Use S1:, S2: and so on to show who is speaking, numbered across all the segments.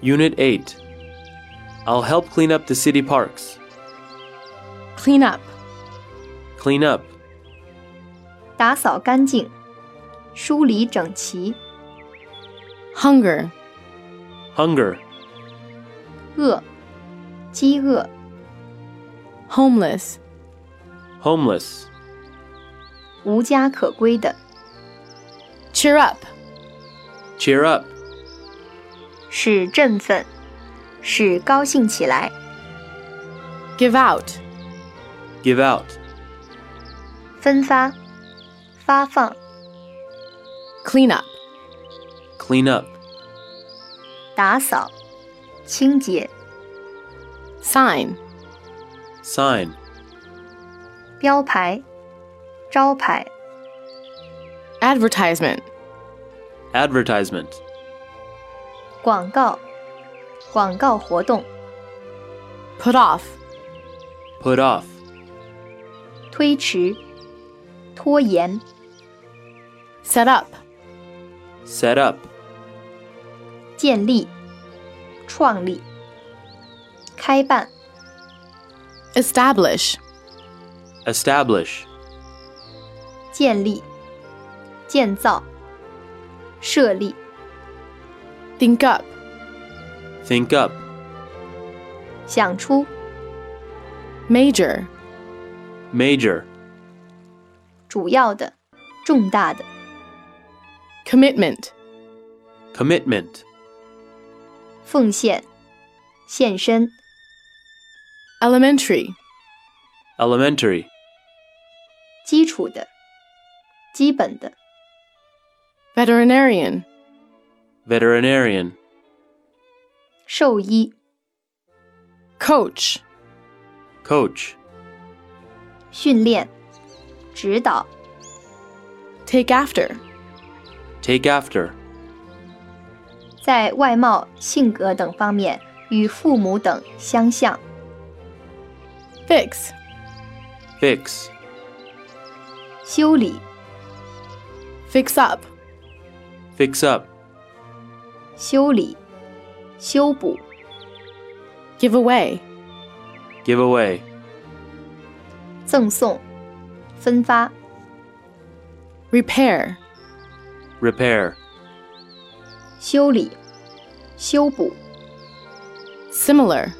S1: Unit 8. I'll help clean up the city parks.
S2: clean up，
S1: Clean up.
S3: 打扫干净，梳理整齐，
S2: hunger，
S1: Hunger.
S3: 饿，饥饿，
S2: homeless，
S1: Homeless.
S3: 无家可归的，
S2: cheer up，
S1: Cheer up.
S3: 使振奋，使高兴起来，
S2: give out，
S1: Give out.
S3: 分发，发放，
S2: clean up，
S1: Clean up.
S3: 打扫，清洁，
S2: sign，
S1: Sign.
S3: 标牌，招牌，
S2: advertisement，
S1: Advertisement.
S3: 广告，广告活动，
S2: put off，
S1: Put off.
S3: 推迟，拖延，
S2: set up，
S1: Set up.
S3: 建立，创立，开办，
S2: establish，
S1: Establish.
S3: 建立，建造，设立，
S2: think up，
S1: Think up.
S3: 想出，
S2: major，
S1: Major.
S3: 主要的，重大的，
S2: commitment，
S1: Commitment.
S3: 奉献，献身，
S2: elementary，
S1: Elementary.
S3: 基础的，基本的，
S2: veterinarian，
S1: Veterinarian.
S3: 兽医，
S2: coach，
S1: Coach.
S3: 训练，指导，
S2: take after，
S1: Take after.
S3: 在外貌、性格等方面与父母等相像，
S2: fix，
S1: Fix.
S3: 修理，
S2: fix up，
S1: Fix up.
S3: 修理，修补，
S2: give away，
S1: Give away.
S3: 赠送，分发，
S2: repair，
S1: Repair.
S3: 修理，修补，
S2: similar，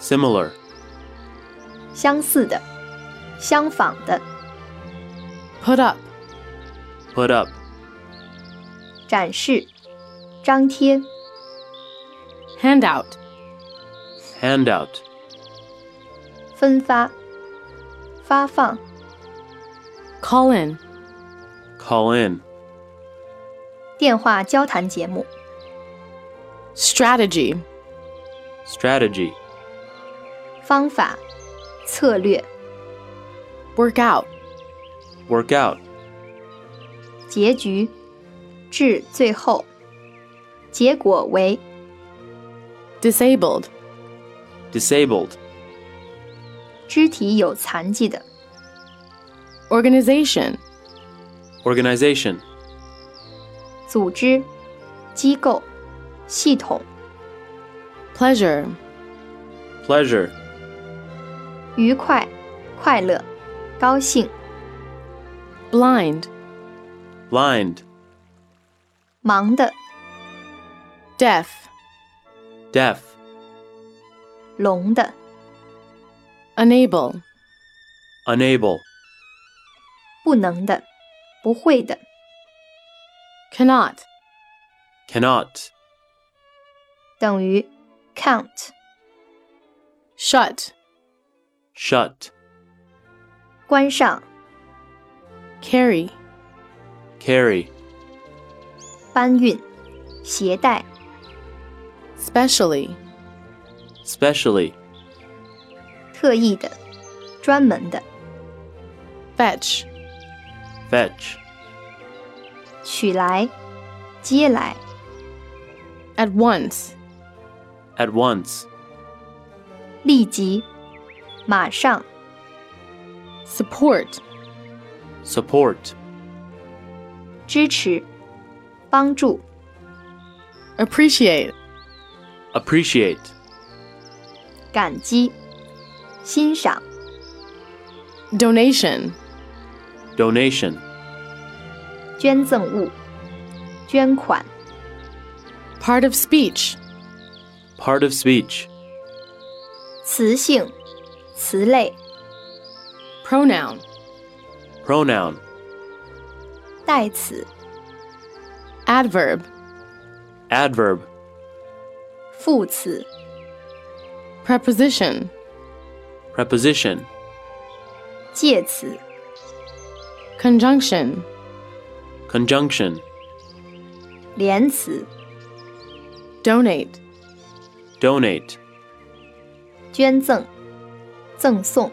S1: Similar.
S3: 相似的，相仿的，
S2: put up，
S1: Put up.
S3: 展示，张贴，
S2: handout，
S1: Handout.
S3: 分发，发放，
S2: call in，
S1: Call in.
S3: 电话交谈节目，
S2: strategy，
S1: Strategy.
S3: 方法，策略，
S2: work out，
S1: Work out.
S3: 结局，至最后，结果为
S2: disabled，
S1: Disabled.
S3: 肢体有残疾的，
S2: organization，
S1: Organization.
S3: 组织、机构、系统、
S2: pleasure，
S1: Pleasure.
S3: 愉快、快乐、高兴、
S2: blind，
S1: Blind.
S3: 忙的、
S2: deaf，
S1: Deaf.
S3: 聋的、
S2: unable，
S1: Unable.
S3: 不能的、不会的、
S2: cannot，
S1: Cannot.
S3: 等于 count
S2: shut，
S1: Shut.
S3: 关上、
S2: carry，
S1: Carry.
S3: 搬运、携带、
S2: specially，
S1: Specially.
S3: 特意的、专门的、
S2: fetch，
S1: Fetch.
S3: 取来、接来、
S2: at once，
S1: At once.
S3: 立即、马上、
S2: support，
S1: Support.
S3: 支持、帮助、
S2: appreciate，
S1: appreciate,
S3: 感激、欣赏、
S2: donation,
S1: donation,
S3: 捐赠物、捐款、
S2: part of speech,
S1: part of speech,
S3: 词性、词类、
S2: pronoun,
S1: pronoun,
S3: 代词、
S2: adverb,
S1: adverb,
S3: 副词、
S2: preposition,
S1: preposition,
S3: 介词、
S2: conjunction,
S1: conjunction,
S3: 连词、
S2: donate,
S1: donate,
S3: 捐赠、赠送、